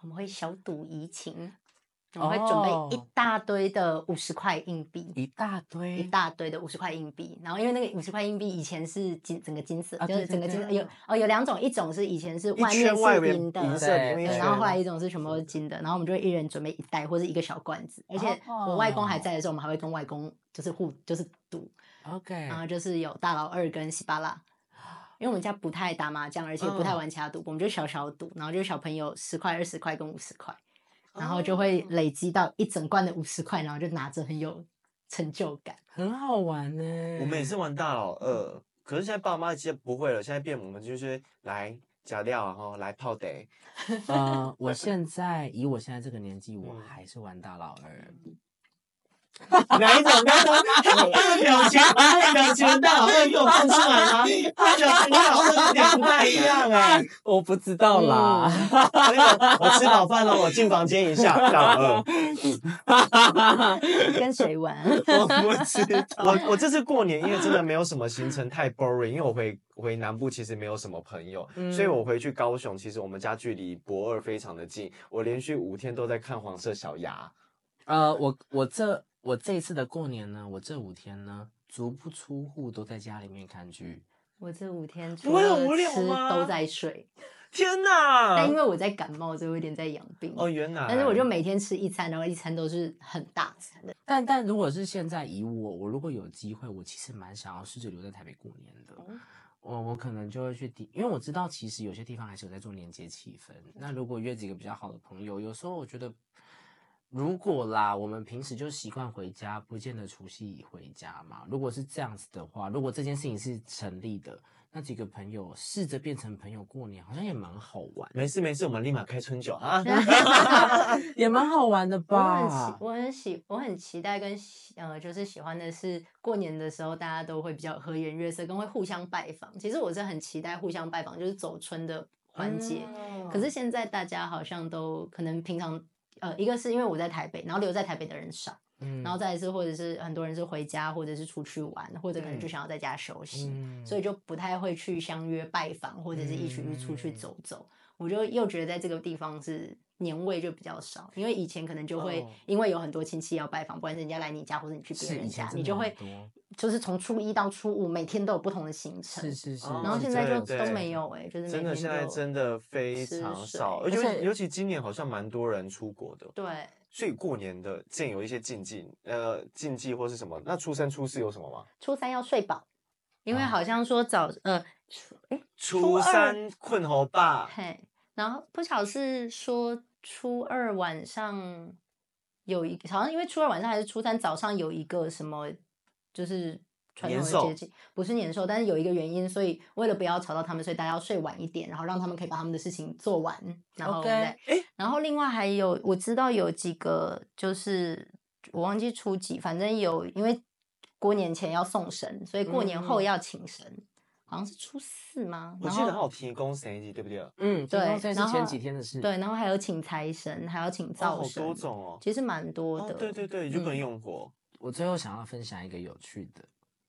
Speaker 3: 我们会小赌怡情，我们会准备一
Speaker 1: 哦
Speaker 3: 大堆的五十块硬币。
Speaker 1: 一大堆，
Speaker 3: 一大堆的五十块硬币，然后因为那个五十块硬币以前是金整个金色，
Speaker 1: 啊
Speaker 3: 就是
Speaker 1: 对
Speaker 3: 整
Speaker 1: 对
Speaker 3: 个金
Speaker 1: 对
Speaker 3: 色有哦有两种，一种是以前是
Speaker 2: 一
Speaker 3: 外面
Speaker 2: 圈外
Speaker 3: 是
Speaker 2: 面
Speaker 3: 银的，
Speaker 2: 银色，
Speaker 1: 对
Speaker 2: 里面一
Speaker 3: 对，
Speaker 2: 圈
Speaker 3: 然后后来
Speaker 2: 的
Speaker 3: 一种是全部都是金的，然后我们就会一人准备一袋或者一个小罐子，而且我外公还
Speaker 2: 哦
Speaker 3: 在的时候，我们还会跟外公就是互就是赌，
Speaker 1: OK，
Speaker 3: 然后就是有大老二跟喜巴拉，因为我们家不太打麻将，而且也不太
Speaker 2: 嗯
Speaker 3: 玩其他赌，我们就小小赌，然后就是小朋友十块、二十块跟五十块，然后就
Speaker 2: 哦
Speaker 3: 会累积到一整罐的五十块，然后就拿着很有成就感。
Speaker 1: 很好玩呢。
Speaker 2: 我们也是玩大老二，可是现在爸妈现在不会了，现在变我们就是来加料，然后来泡得。
Speaker 1: 呃，我现在以我现在这个 年纪，我
Speaker 2: 嗯
Speaker 1: 还是玩大老 二。
Speaker 2: 哪一种？刚刚他的表情，他的表情大老二又看出来吗？他的表情跟老二有点不太一样哎。
Speaker 1: 我不知道啦，
Speaker 2: 那个我吃饱饭了，我进房间一下。大老二，
Speaker 3: 跟谁玩？
Speaker 1: 我不知道。
Speaker 2: 我我这次过年因为真的没有什么行程太 boring，因为我回回南部其实没有什么朋友，
Speaker 1: 嗯
Speaker 2: 所以我回去高雄，其实我们家距离博二非常的近，我连续五天都在看黄色小鸭。
Speaker 1: 呃，我我这我这一次的过年呢，我这五天呢，足不出户都在家里面看剧。
Speaker 3: 我这五天
Speaker 2: 不
Speaker 3: 除
Speaker 2: 会
Speaker 3: 了
Speaker 2: 很无聊
Speaker 3: 吃
Speaker 2: 吗
Speaker 3: 都在睡，
Speaker 2: 天哪！
Speaker 3: 但因为我在感冒，所以我有点在养病。
Speaker 2: 哦，原来，
Speaker 3: 但是我就每天吃一餐，然后一餐都是很大餐的。
Speaker 1: 但但如果是现在以我，我如果有机会，我其实蛮想要试着留在台北过年的。我我可能就会去地，因为我知道其实有些地方还是有在做连接气氛。那如果约几个比较好的朋友，有时候我觉得，如果啦，我们平时就习惯回家，不见得除夕回家嘛。如果是这样子的话，如果这件事情是成立的，那几个朋友试着变成朋友过年，好像也蛮好玩，
Speaker 2: 没事没事，我们立马开春酒啊。
Speaker 1: 也蛮好玩的
Speaker 3: 我很期，
Speaker 1: 吧？
Speaker 3: 我很喜，我很期待跟喜呃，就是喜欢的是过年的时候，大家都会比较和颜悦色，跟会互相拜访。其实我是很期待互相拜访，就是走春的环节。
Speaker 1: 哦嗯
Speaker 3: 可是现在大家好像都可能平常呃，一个是因为我在台北，然后留在台北的人少，
Speaker 1: 嗯，
Speaker 3: 然后再来是或者是很多人是回家，或者是出去玩，或者可能
Speaker 2: 嗯
Speaker 3: 就想要在家休息。
Speaker 1: 嗯
Speaker 3: 所以就不太会去相约拜访，或者是一起去出去
Speaker 1: 嗯
Speaker 3: 走走。我就又觉得在这个地方是年味就比较少，因为以前可能就会
Speaker 1: 哦
Speaker 3: 因为有很多亲戚要拜访，不管是人家来你家或者你去别
Speaker 1: 是
Speaker 3: 人
Speaker 1: 以前
Speaker 3: 家，
Speaker 1: 真
Speaker 3: 你
Speaker 1: 的
Speaker 3: 就
Speaker 1: 很
Speaker 3: 会
Speaker 1: 多
Speaker 3: 就是从初一到初五每天都有不同的行程。
Speaker 1: 是是是，
Speaker 2: 然
Speaker 3: 然后
Speaker 2: 哦
Speaker 3: 现在
Speaker 2: 对
Speaker 3: 就都
Speaker 2: 对
Speaker 3: 没有哎、就是每
Speaker 2: 真的，
Speaker 3: 天
Speaker 2: 现在
Speaker 3: 就
Speaker 2: 真的非
Speaker 3: 吃
Speaker 2: 常
Speaker 3: 水
Speaker 2: 少，
Speaker 3: 而
Speaker 2: 而且
Speaker 3: 且
Speaker 2: 尤其今年好像蛮多人出国的，
Speaker 3: 对。
Speaker 2: 所以过年的见有一些禁忌，呃，禁忌或是什么？那初三、初四有什么吗？
Speaker 3: 初三要睡饱，因为
Speaker 1: 啊
Speaker 3: 好像说早呃初哎
Speaker 2: 初
Speaker 3: 二
Speaker 2: 三困猴爸，
Speaker 3: 嘿，然后不巧是说初二晚上有一好像因为初二晚上还是初三早上有一个什么，就是传
Speaker 2: 年
Speaker 3: 统的
Speaker 2: 兽
Speaker 3: 节气，不是年兽，但是有一个原因，所以为了不要吵到他们，所以大家要睡晚一点，然后让他们可以把他们的事情做完，然后
Speaker 1: OK
Speaker 3: 再
Speaker 2: 诶
Speaker 3: 然后另外还有我知道有几个就是我忘记初几，反正有因为过年前要送神，所以过年后
Speaker 1: 嗯
Speaker 3: 要请神，好像是初四吗？
Speaker 2: 我
Speaker 3: 然
Speaker 2: 记得
Speaker 3: 后
Speaker 2: 好有提供神迹，对不对？哦，
Speaker 1: 嗯，
Speaker 3: 对
Speaker 1: 这是
Speaker 3: 然
Speaker 1: 前
Speaker 3: 后
Speaker 1: 几天的事，
Speaker 3: 对，然后还有请财神，还要请灶
Speaker 2: 好
Speaker 3: 神，
Speaker 2: 多种哦。
Speaker 3: 其实蛮多的。
Speaker 2: 哦，对对对，日本
Speaker 3: 嗯
Speaker 2: 用火，
Speaker 1: 我最后想要分享一个有趣的，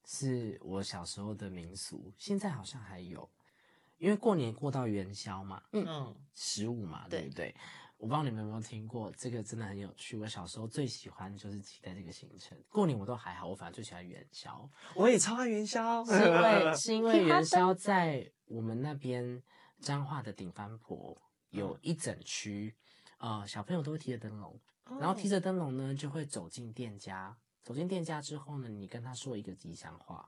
Speaker 1: 是我小时候的民俗，现在好像还有，因为过年过到元宵嘛，
Speaker 2: 嗯，
Speaker 1: 十五嘛，对
Speaker 3: 对
Speaker 1: 不对？我不知道你们有没有听过，这个真的很有趣。我小时候最喜欢就是期待这个行程，过年我都还好，我反而最喜欢元宵，
Speaker 2: 我也超爱元 宵，
Speaker 1: 是因为是因为
Speaker 3: 哦其
Speaker 1: 元
Speaker 3: 他的
Speaker 1: 宵在我们那边彰化的顶番婆有
Speaker 3: 嗯
Speaker 1: 一整区，呃，小朋友都会提着灯笼，然后提着灯笼呢，就会走进店家。走进店家之后呢，你跟他说一个吉祥话，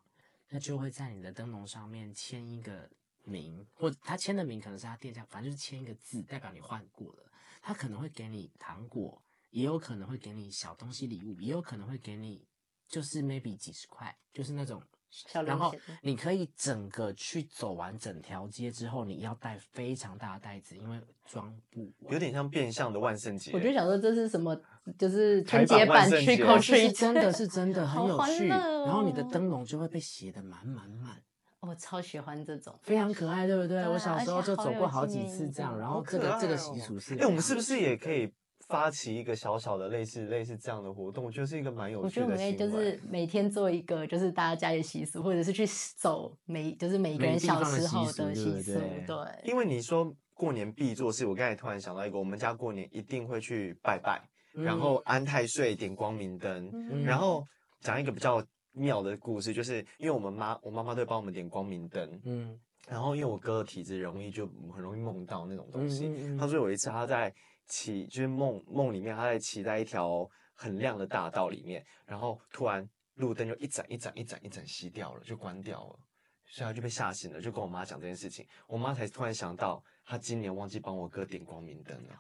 Speaker 1: 他就会在你的灯笼上面签一个名，或他签的名可能是他店家，反正就是签一个字，代表你换过了。他可能会给你糖果，也有可能会给你小东西礼物，也有可能会给你就是 maybe 几十块，就是那种
Speaker 3: 小
Speaker 1: 然
Speaker 3: 流
Speaker 1: 后
Speaker 3: 行
Speaker 1: 你可以整个去走完整条街之后，你要带非常大的袋子，因为装不完。
Speaker 2: 有点像变相的万圣节。
Speaker 3: 我就想说这是什么，就是
Speaker 2: 台版
Speaker 3: 春节
Speaker 2: 万
Speaker 3: 版
Speaker 2: 圣
Speaker 3: trick
Speaker 2: 节
Speaker 3: or
Speaker 1: 哦是
Speaker 3: treat，
Speaker 1: 真的是真的很
Speaker 3: 好
Speaker 1: 有
Speaker 3: 欢
Speaker 1: 趣，
Speaker 3: 乐
Speaker 1: 然后你的
Speaker 3: 哦
Speaker 1: 灯笼就会被写的满满满，
Speaker 3: 我超喜欢这种。
Speaker 1: 非常可爱，对不对？
Speaker 3: 对
Speaker 1: 我
Speaker 3: 啊
Speaker 1: 小
Speaker 3: 而
Speaker 1: 时候
Speaker 3: 且
Speaker 1: 就
Speaker 3: 好
Speaker 1: 走
Speaker 3: 有
Speaker 1: 过好
Speaker 3: 纪
Speaker 1: 几
Speaker 3: 念
Speaker 1: 次
Speaker 3: 意
Speaker 1: 这样，
Speaker 3: 义
Speaker 1: 然
Speaker 2: 好
Speaker 1: 后这
Speaker 2: 可
Speaker 1: 个这个
Speaker 2: 爱
Speaker 1: 习
Speaker 2: 哦
Speaker 1: 俗是，
Speaker 2: 哎、我们是不是 也可以发起一个小小的类似类似这样的活动？就是一个蛮有
Speaker 3: 我
Speaker 2: 趣
Speaker 3: 觉得
Speaker 2: 的
Speaker 3: 我们可以
Speaker 2: 行为。
Speaker 3: 就是每天做一个，就是大家家里习俗，或者是去走每就是每个
Speaker 1: 每
Speaker 3: 人
Speaker 1: 地
Speaker 3: 小
Speaker 1: 方的
Speaker 3: 时
Speaker 1: 习
Speaker 3: 候
Speaker 1: 俗
Speaker 3: 的
Speaker 1: 对
Speaker 3: 习
Speaker 1: 不
Speaker 3: 俗，
Speaker 1: 对
Speaker 3: 对，
Speaker 2: 因为你说过年必做事，我刚才突然想到一个，我们家过年一定会去拜拜，
Speaker 1: 嗯
Speaker 2: 然后安太岁、点光明灯，
Speaker 3: 嗯
Speaker 2: 然后讲一个比较妙的故事，就是因为我们妈我妈妈都会帮我们点光明灯，
Speaker 1: 嗯
Speaker 2: 然后因为我哥的体质容易就很容易梦到那种东西，
Speaker 1: 嗯嗯嗯
Speaker 2: 他说有一次他在骑，就是梦梦里面他在骑在一条很亮的大道里面，然后突然路灯就一盏一盏一盏一盏熄掉了，就关掉了，所以他就被吓醒了，就跟我妈讲这件事情，我妈才突然想到，她今年忘记帮我哥点光明灯了，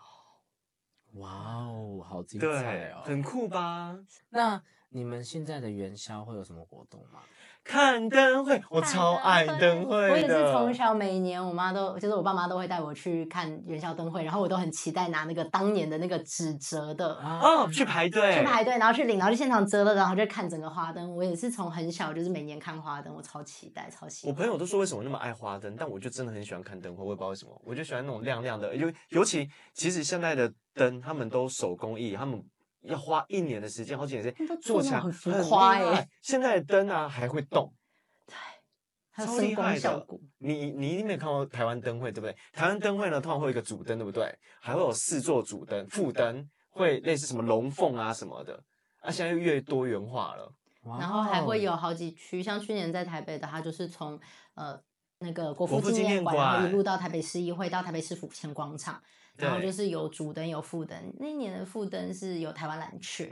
Speaker 1: 哇哦，好精彩
Speaker 2: 对，
Speaker 1: 哦！
Speaker 2: 很酷吧？
Speaker 1: 那你们现在的元宵会有什么活动吗？
Speaker 2: 看灯会，我
Speaker 3: 看
Speaker 2: 超
Speaker 3: 灯
Speaker 2: 爱
Speaker 3: 会
Speaker 2: 灯会的，
Speaker 3: 我也是从小每年，我妈都就是我爸妈都会带我去看元宵灯会，然后我都很期待拿那个当年的那个纸折的，
Speaker 1: 啊
Speaker 2: 哦去排队，
Speaker 3: 去排队，然后去领，然后去现场折了，然后就看整个花灯。我也是从很小就是每年看花灯，我超期待，超喜
Speaker 2: 我
Speaker 3: 欢。
Speaker 2: 朋友都说为什么那么爱花灯，但我就真的很喜欢看灯会，我也不知道为什么，我就喜欢那种亮亮的，尤尤其其实现在的灯他们都手工艺，他们要花一年的时间，好几年时
Speaker 3: 他
Speaker 2: 间
Speaker 3: 们都
Speaker 2: 做
Speaker 3: 做
Speaker 2: 起
Speaker 3: 那
Speaker 2: 来
Speaker 3: 种很浮
Speaker 2: 厉
Speaker 3: 夸
Speaker 2: 害
Speaker 3: 欸
Speaker 2: 现在的灯啊还会动，
Speaker 3: 还有
Speaker 2: 超
Speaker 3: 声
Speaker 2: 厉害
Speaker 3: 光
Speaker 2: 的
Speaker 3: 效果，
Speaker 2: 你你一定没有看过台湾灯会，对不对？台湾灯会呢，通常会有一个主灯，对不对？还会有四座主灯、副灯，会类似什么龙凤啊什么的。啊，现在又越多元化了，
Speaker 1: 然
Speaker 3: 然后还
Speaker 2: 哦
Speaker 3: 会有好几区，像去年在台北的，它就是从呃那个国
Speaker 2: 国
Speaker 3: 父
Speaker 2: 父纪
Speaker 3: 纪
Speaker 2: 念
Speaker 3: 念馆，然后
Speaker 2: 馆
Speaker 3: 一路到台北市议会，到台北市府前广场，然后
Speaker 2: 对
Speaker 3: 就是有主灯有副灯。那一年的副灯是有台湾蓝雀，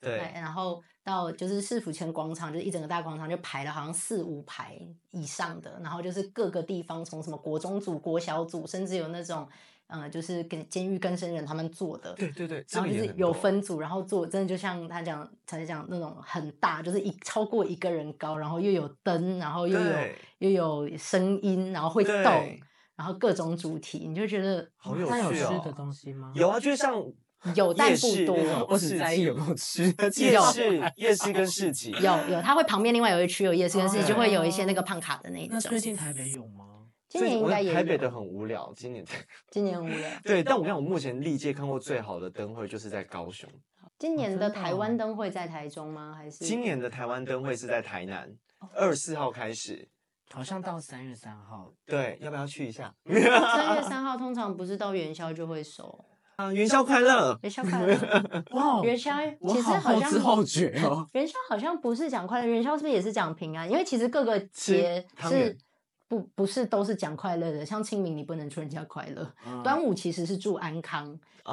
Speaker 3: 对，
Speaker 2: 对，
Speaker 3: 然后到就是市府前广场，就是一整个大广场就排了好像四五排以上的，然后就是各个地方从什么国中组、国小组，甚至有那种呃，就是给监狱更生人他们做的。
Speaker 2: 对对对，这个
Speaker 3: 然后就
Speaker 2: 也
Speaker 3: 是
Speaker 2: 很
Speaker 3: 有
Speaker 2: 多
Speaker 3: 分组，然后做真的就像他讲才讲那种很大，就是一超过一个人高，然后又有灯，然后又有
Speaker 2: 对
Speaker 3: 又有声音，然后会动，
Speaker 2: 对
Speaker 3: 然后各种主题，你就觉得
Speaker 2: 好有
Speaker 1: 那有
Speaker 2: 趣
Speaker 1: 吃
Speaker 2: 哦
Speaker 1: 的东西吗？
Speaker 2: 有啊，就是像
Speaker 3: 有但
Speaker 2: 夜
Speaker 3: 不
Speaker 2: 市
Speaker 3: 多
Speaker 2: 那种
Speaker 1: 我只
Speaker 2: 市
Speaker 1: 在意
Speaker 2: 集
Speaker 1: 有没有吃的。
Speaker 2: 夜
Speaker 3: 有
Speaker 2: 市、夜市跟市集，
Speaker 3: 有有，它会旁边另外有一区有夜市，但是就会有一些那个
Speaker 1: 哦
Speaker 3: 胖卡的那一种
Speaker 1: 那。最近台北有吗？
Speaker 3: 今
Speaker 2: 所以
Speaker 3: 年应
Speaker 2: 我
Speaker 3: 该也
Speaker 2: 台北
Speaker 3: 有
Speaker 2: 的很无聊，今年的
Speaker 3: 今年无聊。
Speaker 2: 对，但我看我目前历届看过最好的灯会就是在高雄，
Speaker 3: 今年的
Speaker 1: 真的
Speaker 3: 台
Speaker 1: 哦
Speaker 3: 湾灯会在台中吗？还是
Speaker 2: 今年的台湾灯会是在台南，二十四号开始。
Speaker 1: 好像到三月三号。
Speaker 2: 对，要不要去一下？
Speaker 3: 三月三号通常不是到元宵就会收
Speaker 2: 啊，元宵快乐！
Speaker 3: 元宵快乐，
Speaker 1: 哇哦，
Speaker 3: 元宵
Speaker 1: 我
Speaker 3: 其实
Speaker 1: 好后
Speaker 3: 像
Speaker 1: 知后觉哦。
Speaker 3: 元宵好像不是讲快乐，元宵是不是也是讲平安？因为其实各个节
Speaker 2: 汤圆
Speaker 3: 是不不是都是讲快乐的，像清明你不能祝人家快乐，端午其实是祝安康，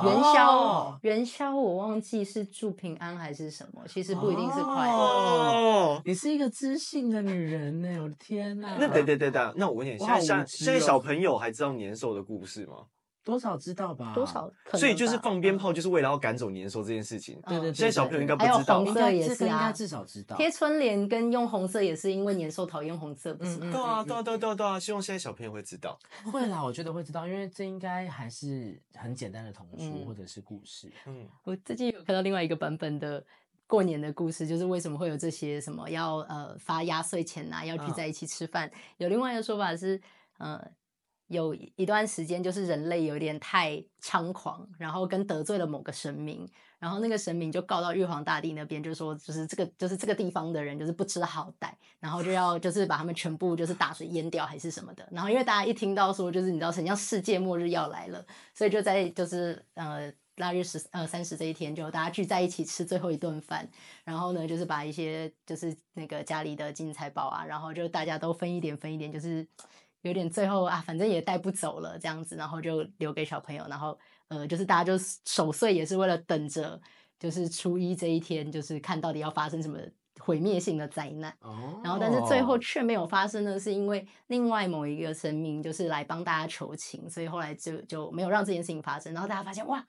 Speaker 3: 元宵
Speaker 2: 哦
Speaker 3: 元宵我忘记是祝平安还是什么，其实不一定是快乐。
Speaker 2: 哦，
Speaker 1: 你是一个知性的女人呢、我的天哪！
Speaker 2: 那等等等等，那我问你，
Speaker 1: 我
Speaker 2: 现
Speaker 1: 好
Speaker 2: 在
Speaker 1: 无
Speaker 2: 像
Speaker 1: 知
Speaker 2: 现
Speaker 1: 哦
Speaker 2: 在小朋友还知道年兽的故事吗？
Speaker 1: 多少知道吧？
Speaker 3: 多少可能吧？
Speaker 2: 所以就是放鞭
Speaker 3: 嗯
Speaker 2: 炮，就是为了要赶走年兽这件事情。
Speaker 1: 对对
Speaker 3: 嗯
Speaker 1: 对
Speaker 2: 现在小朋友应该不
Speaker 3: 还有
Speaker 2: 知道
Speaker 3: 红
Speaker 2: 吧
Speaker 1: 应
Speaker 3: 色
Speaker 1: 该
Speaker 3: 也
Speaker 1: 这
Speaker 3: 是
Speaker 1: 个应该
Speaker 3: 啊
Speaker 1: 至少知道。
Speaker 3: 贴春联跟用红色也是因为年兽讨厌红色，不是
Speaker 1: 嗯
Speaker 3: 吗？
Speaker 2: 对啊，对啊，对啊，对啊，对啊！希望现在小朋友会知道。
Speaker 1: 会啦，我觉得会知道，因为这应该还是很简单的童书
Speaker 3: 嗯
Speaker 1: 或者是故事。
Speaker 2: 嗯，
Speaker 3: 我最近有看到另外一个版本的过年的故事，就是为什么会有这些什么要呃发压岁钱呐、要聚
Speaker 2: 嗯
Speaker 3: 在一起吃饭。有另外一个说法是，呃，有一段时间就是人类有点太猖狂，然后跟得罪了某个神明，然后那个神明就告到玉皇大帝那边，就说就是这个就是这个地方的人就是不知好歹，然后就要就是把他们全部就是打水淹掉还是什么的。然后因为大家一听到说就是你知道很像世界末日要来了，所以就在就是呃腊月十呃三十这一天，就大家聚在一起吃最后一顿饭，然后呢就是把一些就是那个家里的金财宝啊，然后就大家都分一点分一点，就是有点最后啊，反正也带不走了这样子，然后就留给小朋友，然后呃就是大家就守岁也是为了等着就是初一这一天，就是看到底要发生什么毁灭性的灾难。
Speaker 1: 哦
Speaker 3: 然后但是最后却没有发生的是因为另外某一个神明就是来帮大家求情，所以后来就就没有让这件事情发生。然后大家发现哇，欸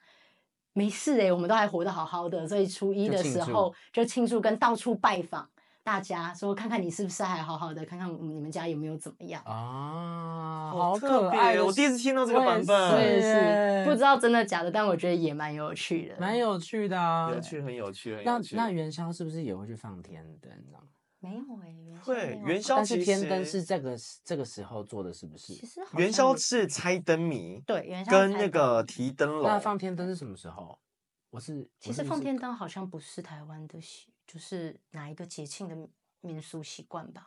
Speaker 3: 没事诶、我们都还活得好好的，所以初一
Speaker 1: 就
Speaker 3: 的
Speaker 1: 庆
Speaker 3: 时
Speaker 1: 祝
Speaker 3: 候就庆祝跟到处拜访。大家说看看你是不是还好好的，看看你们家有没有怎么样。
Speaker 1: 哦啊，
Speaker 2: 好
Speaker 1: 可
Speaker 2: 特
Speaker 1: 爱
Speaker 2: 别
Speaker 1: 的
Speaker 2: 我第一次听到这个
Speaker 1: 我也
Speaker 2: 版本
Speaker 3: 所以是
Speaker 1: 耶
Speaker 3: 不知道真的假的，但我觉得也蛮有趣的。
Speaker 1: 蛮有趣的啊。
Speaker 2: 有趣，很有趣，很
Speaker 1: 那
Speaker 2: 有趣。
Speaker 1: 那元宵是不是也会去放天灯啊？
Speaker 3: 没有哎、
Speaker 2: 会
Speaker 3: 元宵没有
Speaker 2: 元宵
Speaker 3: 放
Speaker 1: 但是
Speaker 2: 其
Speaker 1: 天灯
Speaker 2: 实
Speaker 1: 是这个时这个时候做的，是不是
Speaker 3: 其？实好像
Speaker 2: 元宵
Speaker 3: 我
Speaker 2: 是猜灯谜，
Speaker 3: 对元宵
Speaker 2: 跟
Speaker 3: 才
Speaker 2: 那个提灯
Speaker 1: 那
Speaker 2: 笼。
Speaker 1: 放天灯是什么时候？我是
Speaker 3: 其
Speaker 1: 我是
Speaker 3: 实
Speaker 1: 不
Speaker 3: 放
Speaker 1: 是
Speaker 3: 天灯好像不是台湾的习，就是哪一个节庆的民俗习惯吧。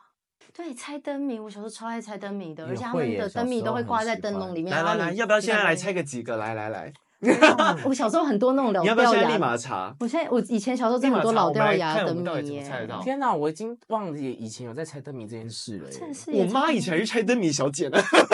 Speaker 3: 对，猜灯谜，我小时候超爱猜灯谜的，而
Speaker 1: 也
Speaker 3: 且他
Speaker 1: 会
Speaker 3: 们
Speaker 1: 耶
Speaker 3: 的
Speaker 1: 小
Speaker 3: 灯谜
Speaker 1: 时
Speaker 3: 都
Speaker 1: 候
Speaker 3: 会
Speaker 1: 很
Speaker 3: 挂在
Speaker 1: 喜
Speaker 3: 灯笼
Speaker 1: 欢
Speaker 3: 里面。
Speaker 2: 来
Speaker 3: 然
Speaker 2: 来
Speaker 3: 后
Speaker 2: 来，
Speaker 3: 你
Speaker 2: 要不要
Speaker 3: 就
Speaker 2: 现在
Speaker 3: 在
Speaker 2: 来
Speaker 3: 那
Speaker 2: 猜
Speaker 3: 边
Speaker 2: 个几个？来来来，
Speaker 3: 哦我小时候很多 那种老
Speaker 2: 你要不要
Speaker 3: 掉
Speaker 2: 现在
Speaker 3: 牙
Speaker 2: 立
Speaker 3: 的，
Speaker 2: 马查？
Speaker 3: 不是我以前小时候真的
Speaker 2: 立
Speaker 3: 很
Speaker 2: 马
Speaker 3: 多
Speaker 2: 查我们
Speaker 3: 老
Speaker 2: 来
Speaker 3: 掉牙
Speaker 2: 看我
Speaker 3: 的
Speaker 2: 们到底怎
Speaker 3: 谜
Speaker 2: 么猜得
Speaker 3: 耶
Speaker 2: 到，
Speaker 1: 天哪，我已经忘记以前有在猜灯谜这件事了耶。
Speaker 3: 真的是
Speaker 2: 我
Speaker 3: 也
Speaker 2: 妈
Speaker 3: 猜
Speaker 2: 以
Speaker 3: 不
Speaker 2: 前是猜灯谜小姐呢，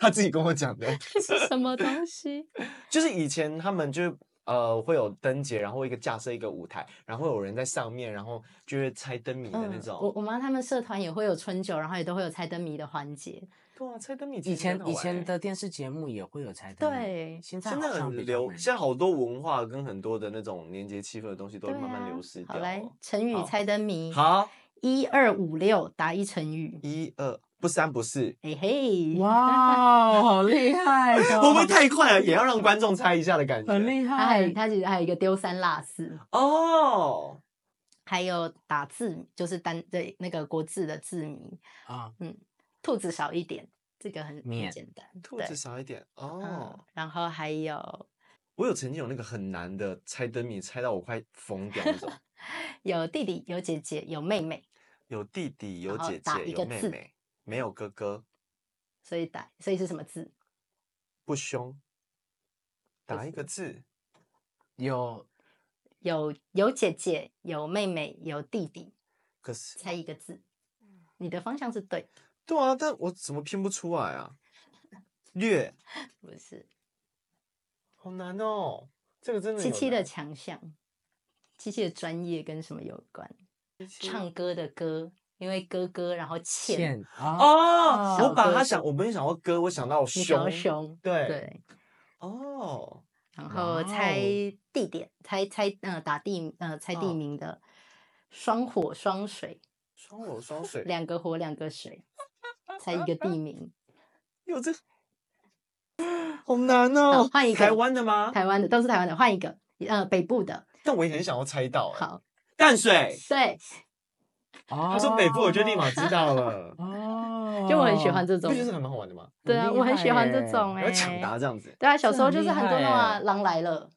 Speaker 2: 她自己跟我讲的。
Speaker 3: 这 是什么东西？
Speaker 2: 就是 以前他们就是呃会有灯节，然后一个架设一个舞台，然后有人在上面，然后就会猜灯谜的那
Speaker 3: 嗯，我
Speaker 2: 种。
Speaker 3: 我妈他们社团也会有春酒，然后也都会有猜灯谜的环节。
Speaker 2: 对啊，猜灯谜
Speaker 1: 以
Speaker 2: 其实很
Speaker 1: 前
Speaker 2: 好
Speaker 1: 以
Speaker 2: 玩
Speaker 1: 前
Speaker 2: 欸
Speaker 1: 的电视节目也会有猜灯谜，
Speaker 3: 对，
Speaker 1: 现在
Speaker 2: 真的
Speaker 1: 好像
Speaker 2: 很
Speaker 1: 比较
Speaker 2: 流，
Speaker 1: 没
Speaker 2: 现在好多文化跟很多的那种年节气氛的东西都
Speaker 3: 对
Speaker 2: 慢慢
Speaker 3: 啊
Speaker 2: 流失掉
Speaker 3: 好来
Speaker 2: 了。，
Speaker 3: 成语
Speaker 2: 好
Speaker 3: 猜灯谜。，
Speaker 2: 好，
Speaker 3: 一二五六，答一成语。
Speaker 2: 一二不三不四，
Speaker 3: 哎嘿，
Speaker 1: 哇哦，好厉 害哦！
Speaker 2: 会不会太快了？也要让观众猜一下的感觉。
Speaker 1: 很厉
Speaker 3: 它还有
Speaker 1: 害？
Speaker 3: 它其实还有一个丢三落四，
Speaker 2: 哦，
Speaker 3: 还有打字，就是单对那个国字的字谜。嗯
Speaker 1: 啊，
Speaker 3: 兔子少一点，这个很很
Speaker 1: 面
Speaker 3: 简单。
Speaker 2: 兔
Speaker 3: 对
Speaker 2: 子少一点哦
Speaker 3: 嗯。，然后还有
Speaker 2: 我有曾经有那个很难的猜灯谜，猜到我快疯掉那种。
Speaker 3: 有弟弟，有姐姐，有妹妹，
Speaker 2: 有弟弟，有
Speaker 3: 然后
Speaker 2: 姐
Speaker 3: 打
Speaker 2: 姐，
Speaker 3: 一
Speaker 2: 有
Speaker 3: 个
Speaker 2: 妹
Speaker 3: 字
Speaker 2: 妹，没有哥哥，
Speaker 3: 所以打所以是什么字？
Speaker 2: 不凶。
Speaker 3: 不
Speaker 2: 打一个
Speaker 3: 是
Speaker 2: 字，
Speaker 1: 有
Speaker 3: 有有姐姐，有妹妹，有弟弟，
Speaker 2: 可是
Speaker 3: 猜一个字。
Speaker 2: 嗯
Speaker 3: 你的方向是对，
Speaker 2: 对啊，但我怎么拼不出来啊？ 略，
Speaker 3: 不是
Speaker 2: 好难哦，这个真的
Speaker 3: 七
Speaker 2: 有
Speaker 3: 七的
Speaker 2: 难
Speaker 3: 强项，七七的专业跟什么有关？
Speaker 2: 七七
Speaker 3: 唱歌的歌，因为哥哥，然后欠，
Speaker 1: 欠啊，
Speaker 2: 哦，
Speaker 1: 小
Speaker 2: 我把
Speaker 3: 哥
Speaker 2: 它
Speaker 3: 哥
Speaker 2: 想，我没想到哥，我想到
Speaker 3: 你想
Speaker 2: 凶
Speaker 3: 要，凶，
Speaker 2: 对
Speaker 3: 对，
Speaker 2: 哦，
Speaker 3: 然
Speaker 1: 哇
Speaker 3: 后猜
Speaker 1: 哦
Speaker 3: 地点，猜猜呃打地呃猜地
Speaker 2: 哦
Speaker 3: 名的，双火双水，
Speaker 2: 双火双水，
Speaker 3: 两个火两个水，猜一个地名，
Speaker 2: 有这好难
Speaker 3: 好
Speaker 2: 哦，
Speaker 3: 换一
Speaker 2: 台
Speaker 3: 个
Speaker 2: 湾的吗？
Speaker 3: 台湾的都是台湾的，换一个呃北部的，
Speaker 2: 但我也很想要猜到，哎，
Speaker 3: 好，
Speaker 2: 淡水，
Speaker 3: 对，
Speaker 1: 他
Speaker 2: 他说北部，
Speaker 3: 哦
Speaker 2: 我就立马知道 了，
Speaker 1: 哦，
Speaker 3: 就我很喜欢这
Speaker 2: 不
Speaker 3: 种
Speaker 2: 就，是很蛮好玩的吗？
Speaker 3: 对啊，
Speaker 1: 厉
Speaker 3: 我很喜欢
Speaker 1: 害
Speaker 3: 这
Speaker 1: 耶
Speaker 3: 种
Speaker 2: 然后
Speaker 3: 哎，
Speaker 2: 抢答这样子，
Speaker 3: 对啊，小
Speaker 1: 这
Speaker 3: 时候
Speaker 1: 很
Speaker 3: 就是
Speaker 1: 厉
Speaker 3: 很多那种啊
Speaker 1: 害欸
Speaker 3: 狼来了，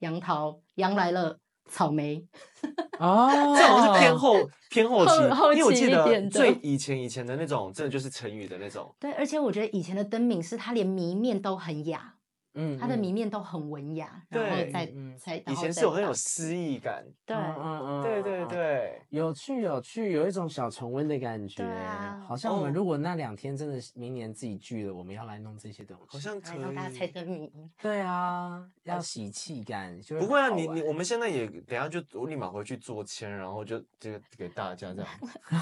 Speaker 3: 杨桃，杨来了，草莓，
Speaker 1: 哦，
Speaker 2: 这种是偏后偏后期，
Speaker 3: 后
Speaker 2: 因为我
Speaker 3: 期
Speaker 2: 记
Speaker 3: 一点
Speaker 2: 得
Speaker 3: 的
Speaker 2: 最以前以前的那种，真的就是成语的那种。
Speaker 3: 对，而且我觉得以前的灯谜是它连谜面都很雅，
Speaker 1: 嗯，嗯，
Speaker 3: 它的谜面都很文雅，然后
Speaker 2: 对
Speaker 3: 再哦
Speaker 1: 嗯嗯
Speaker 3: 才
Speaker 2: 以前是有很有诗意感，
Speaker 3: 对
Speaker 1: 嗯嗯嗯，
Speaker 2: 对
Speaker 1: 嗯
Speaker 2: 对
Speaker 1: 嗯
Speaker 2: 对，
Speaker 3: 哦
Speaker 1: 有趣有趣，有一种小重温的感觉。
Speaker 3: 啊
Speaker 1: 好像我们
Speaker 2: 哦
Speaker 1: 如果那两天真的是明年自己聚了，我们要来弄这些东西。
Speaker 2: 好像可
Speaker 3: 来哎让大家猜
Speaker 2: 以。
Speaker 3: 灯 谜，
Speaker 1: 对啊，要喜气感，就
Speaker 2: 不会啊，
Speaker 1: 很好
Speaker 2: 你你
Speaker 1: 玩
Speaker 2: 我们现在也等一下就我立马回去做签，然后就这个给大家这 样。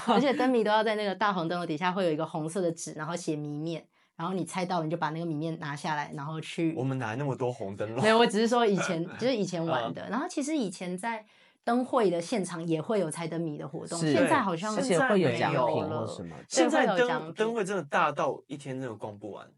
Speaker 3: 而且灯谜都要在那个大红灯笼底下会有一个红色的纸，然后写谜面，然后你猜到了你就把那个谜面拿下来，然后去
Speaker 2: 我们拿那么多红灯笼
Speaker 3: 没，有，我只是说以前就是以前玩
Speaker 2: 嗯
Speaker 3: 的，然后其实以前在灯会的现场也会有猜灯谜的活动，
Speaker 1: 是
Speaker 3: 现在
Speaker 2: 对
Speaker 3: 好像
Speaker 1: 而且
Speaker 2: 现在
Speaker 1: 会有
Speaker 2: 没
Speaker 1: 奖
Speaker 2: 有
Speaker 1: 品或
Speaker 3: 了
Speaker 1: 什么的。
Speaker 2: 现在
Speaker 3: 会有奖
Speaker 2: 灯
Speaker 3: 品
Speaker 2: 灯会真的大到一天真的逛不完，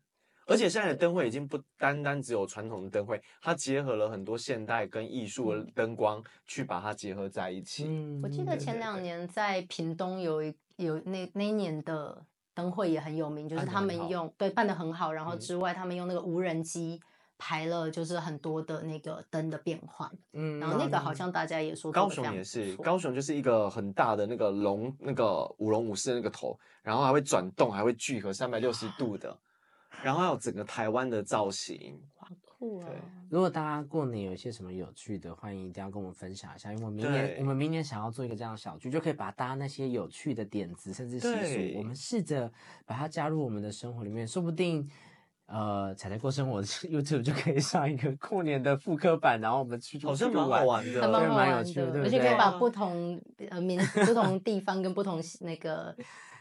Speaker 2: 而且现在的灯会已经不单单只有传统的灯会，它结合了很多现代跟艺术的
Speaker 3: 嗯
Speaker 2: 灯光去把它结合在一起。
Speaker 1: 嗯
Speaker 3: 我记得
Speaker 2: 对
Speaker 3: 前
Speaker 2: 对
Speaker 3: 两
Speaker 2: 对
Speaker 3: 年在屏东有一有那那一年的灯会也很有名，就是
Speaker 2: 办得
Speaker 3: 他
Speaker 2: 很
Speaker 3: 们
Speaker 2: 好
Speaker 3: 用对办的很好，然后
Speaker 2: 嗯
Speaker 3: 之外他们用那个无人机排了就是很多的那个灯的变换，
Speaker 1: 嗯
Speaker 3: 然后那个好像大家也说
Speaker 2: 高
Speaker 3: 做得
Speaker 2: 雄
Speaker 3: 非常
Speaker 2: 也
Speaker 3: 不
Speaker 2: 是，
Speaker 3: 错
Speaker 2: 高雄就是一个很大的那个龙，那个舞龙舞狮的那个头，然后还会转动，还会聚合三百六十度的，然后还有整个台湾的造型。
Speaker 3: 哇酷啊
Speaker 2: 对！
Speaker 1: 如果大家过年有一些什么有趣的，欢迎一定要跟我们分享一下，因为我们明年
Speaker 2: 对
Speaker 1: 我们明年想要做一个这样的小剧，就可以把大家那些有趣的点子甚至习俗，
Speaker 2: 对
Speaker 1: 我们试着把它加入我们的生活里面，说不定。呃，彩彩过生活 YouTube 就可以上一个过年的复刻版，然后我们去
Speaker 2: 好像
Speaker 1: 出去
Speaker 2: 蛮好玩
Speaker 3: 还
Speaker 1: 对
Speaker 2: 的，
Speaker 3: 蛮好
Speaker 1: 蛮有
Speaker 3: 玩
Speaker 1: 趣的
Speaker 3: 的，
Speaker 1: 对
Speaker 3: 而
Speaker 1: 不
Speaker 3: 且可以
Speaker 1: 对
Speaker 3: 把
Speaker 2: 对
Speaker 3: 不同呃民不同地方跟不同那个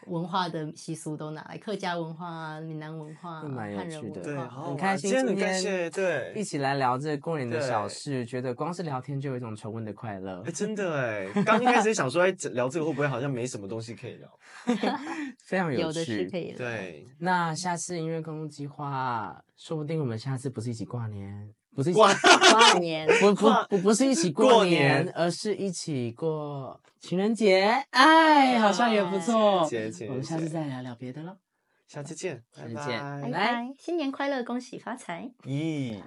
Speaker 3: 文化的习俗都拿来，客家文化啊、闽南文化、啊、
Speaker 1: 那蛮有
Speaker 3: 汉人
Speaker 1: 趣
Speaker 3: 文化，
Speaker 1: 的对
Speaker 2: 好好
Speaker 1: 很
Speaker 2: 玩
Speaker 1: 开心
Speaker 2: 今天很
Speaker 1: 今
Speaker 2: 感
Speaker 1: 天
Speaker 2: 谢，对，
Speaker 1: 一起来聊这过年的小
Speaker 2: 对
Speaker 1: 事，觉得光是聊天就有一种重温的快乐
Speaker 2: 哎、。真的哎，刚一开始想说，哎，聊这个会不会好像没什么东西可以聊？
Speaker 1: 非常
Speaker 3: 有的是可
Speaker 1: 趣。
Speaker 3: 以的。，
Speaker 2: 对，
Speaker 1: 那下次音乐公路计划，说不定我们下次不是一起跨年，不是一起
Speaker 2: 哇，
Speaker 3: 跨年
Speaker 1: 不不不不是一起过
Speaker 2: 过
Speaker 1: 年，
Speaker 2: 年
Speaker 1: 而是一起过情人节。哎，好像也不错。
Speaker 2: 谢谢
Speaker 1: 哦我们下次
Speaker 2: 谢谢
Speaker 1: 再聊聊别的喽。
Speaker 2: 下次见，
Speaker 1: 下次见
Speaker 2: 拜
Speaker 3: 拜
Speaker 2: 拜
Speaker 1: 来
Speaker 3: 拜，新年快乐，恭喜发财。
Speaker 2: 咦。